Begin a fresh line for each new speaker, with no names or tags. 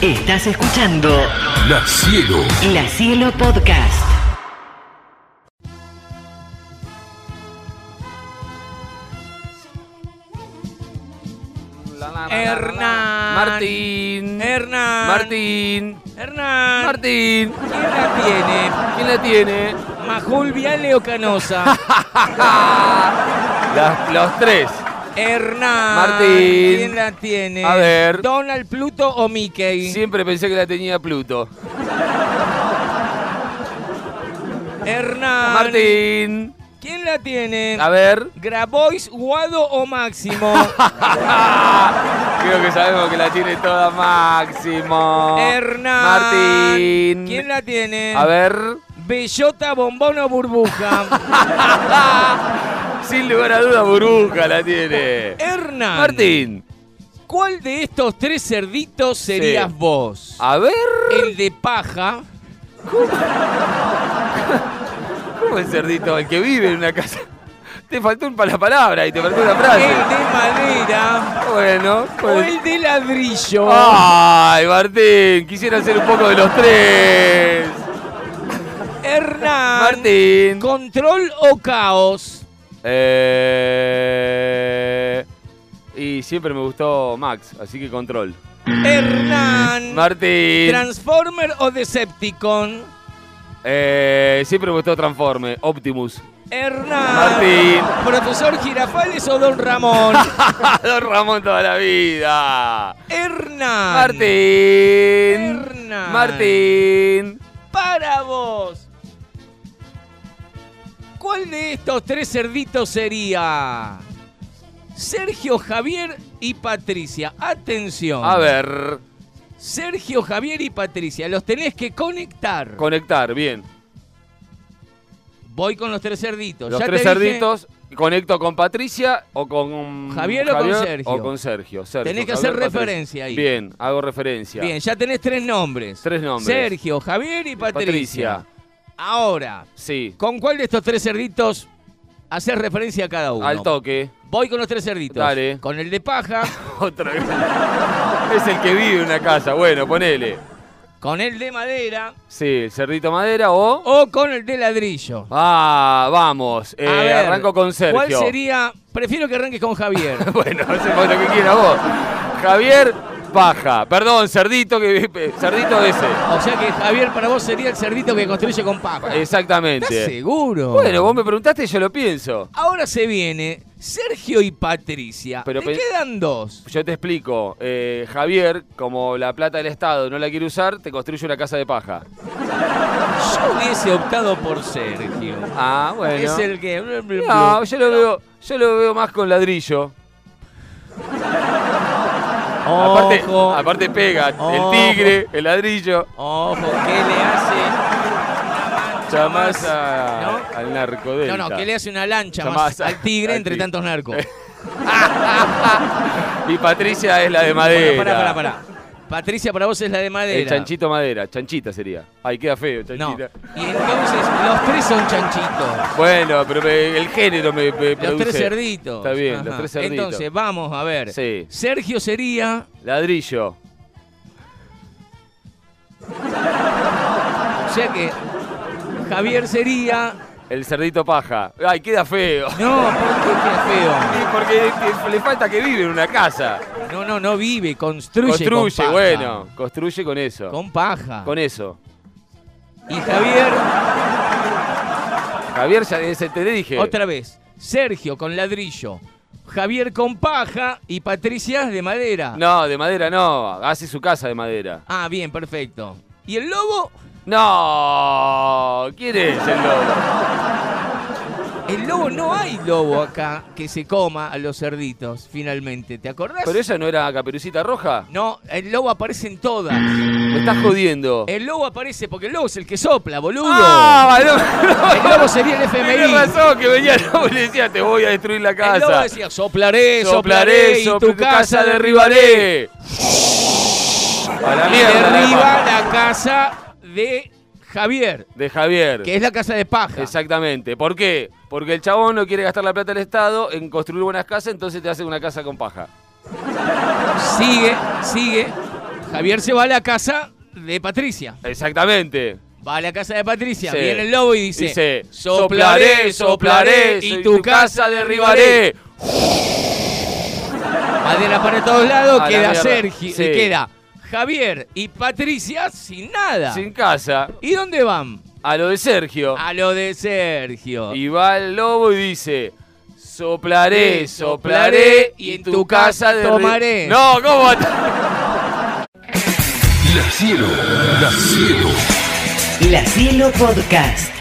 Estás escuchando
La Cielo.
La Cielo Podcast.
Hernán.
Martín.
Hernán.
Martín.
Hernán.
Martín.
¿Quién la tiene?
¿Quién la tiene?
¿Majul Viale o Canosa?
Las- los tres.
Hernán.
Martín.
¿Quién la tiene?
A ver.
¿Donald, Pluto o Mickey?
Siempre pensé que la tenía Pluto.
Hernán.
Martín.
¿Quién la tiene?
A ver.
¿Grabois, Guado o Máximo?
Creo que sabemos que la tiene toda Máximo.
Hernán.
Martín.
¿Quién la tiene?
A ver.
¿Bellota, bombón o burbuja?
Sin lugar a duda, Burbuja la tiene.
Hernán.
Martín.
¿Cuál de estos tres cerditos serías
Sí.
vos?
A ver.
El de paja.
¿Cómo el cerdito? El que vive en una casa. Te faltó un pa- la palabra y te faltó una
El
frase.
de madera.
Bueno,
O
pues.
el de ladrillo.
Ah. Ay, Martín, quisiera hacer un poco de los tres.
Hernán.
Martín.
¿Control o caos?
Eh, y siempre me gustó Max, así que control.
Hernán.
Mm. Martín.
¿Transformer o Decepticon?
Eh, siempre me gustó Transforme, Optimus.
Hernán.
Martín.
¿Profesor Girafales o Don Ramón?
Don Ramón toda la vida.
Hernán.
Martín.
Hernán.
Martín.
Para vos. ¿Cuál de estos tres cerditos sería? Sergio, Javier y Patricia. Atención.
A ver,
Sergio, Javier y Patricia, los tenés que conectar.
conectar, bien.
Voy con los tres cerditos.
Los
Ya
tres
te dije,
cerditos, conecto con Patricia o con
Javier o con Sergio.
O con Sergio. Sergio,
Tenés que
Javier,
hacer
Patricia.
referencia ahí.
Bien, hago referencia.
Bien, ya tenés tres nombres.
Tres nombres.
Sergio, Javier y Patricia.
Patricia.
Ahora,
Sí.
¿con cuál de estos tres cerditos haces referencia a cada uno?
Al toque.
Voy con los tres cerditos.
Dale.
Con el de paja,
Otra vez. Es el que vive en una casa. Bueno, ponele.
con el de madera
Sí, el cerdito madera o.
o con el de ladrillo.
Ah, vamos. Eh,
A ver,
arranco con Sergio.
¿Cuál sería? Prefiero que arranques con Javier.
Bueno, hacemos lo que quieras vos. Javier Paja. Perdón, cerdito que eh, cerdito ese.
o sea que Javier para vos sería el cerdito que construye con paja.
Exactamente.
¿Estás seguro?
Bueno, vos me preguntaste y yo lo pienso.
Ahora se viene Sergio y Patricia.
Pero
Te
pe-
quedan dos.
Yo te explico. Eh, Javier, como la plata del Estado no la quiere usar, te construye una casa de paja.
Yo hubiese optado por Sergio.
Ah, bueno.
Es el que.
No, yo lo veo, yo lo veo más con ladrillo. Aparte,
Ojo,
aparte pega el
Ojo.
tigre, el ladrillo.
ojo, ¿qué le hace?
Llamás
más,
a-
¿no?
al narco
No, no, que le hace una lancha más
Llamás a-
al tigre
al
entre
tigre.
tantos narcos.
Y Patricia es la de madera.
Bueno, pará, pará, pará. Patricia, para vos es la de madera.
El chanchito madera, chanchita sería. Ay, queda feo,
No.
chanchita.
Y entonces, los tres son chanchitos.
Bueno, pero me- el género me, me
Los
produce.
tres cerditos.
Está bien, los
Ajá.
tres cerditos.
Entonces, vamos a ver.
Sí.
Sergio sería.
Ladrillo.
O sea que. Javier sería.
El cerdito paja. Ay, queda feo.
No, ¿por qué queda
Sí, Porque le- le falta que vive en una casa.
feo? No, no, no vive, construye.
Construye,
con paja.
bueno. Construye con eso.
Con paja.
Con eso.
Y Javier,
Javier, ya ese te dije.
otra vez. Sergio con ladrillo. Javier con paja y Patricia de madera.
No, de madera no. Hace su casa de madera.
Ah, bien, perfecto. ¿Y el lobo?
No. ¿Quién es el lobo?
El lobo, no hay lobo acá que se coma a los cerditos, finalmente. ¿Te acordás?
¿Pero ella no era Caperucita Roja?
No, el lobo aparece en todas.
Me estás jodiendo.
El lobo aparece porque el lobo es el que sopla, boludo.
¡Ah! No,
el lobo sería el
Tenés
FMI.
razón que venía el lobo y le decía, te voy a destruir la
El lobo
casa.
decía, soplaré,
Soplaré,
soplaré,
sopl-
y tu casa derribaré.
derribaré. A la
Y
mierda. la
derriba
paja.
la casa de Javier,
De Javier.
que es la casa de paja.
Exactamente. ¿Por qué? Porque el chabón no quiere gastar la plata del Estado en construir buenas casas, entonces te hace una casa con paja.
Sigue, sigue. Javier se va a la casa de Patricia.
Exactamente.
Va a la casa de Patricia,
Sí.
viene el lobo y dice,
Dice, soplaré, soplaré, y tu casa derribaré.
Madera para todos lados,
A la
queda
mierda.
Sergio,
Sí.
queda Javier y Patricia sin nada.
Sin casa,
¿Y dónde van?
a lo de Sergio.
A lo de Sergio.
Y va el lobo y dice, soplaré, soplaré y en tu casa derri-
tomaré.
No, ¿cómo? va a-
La cielo, la cielo.
La Cielo Podcast.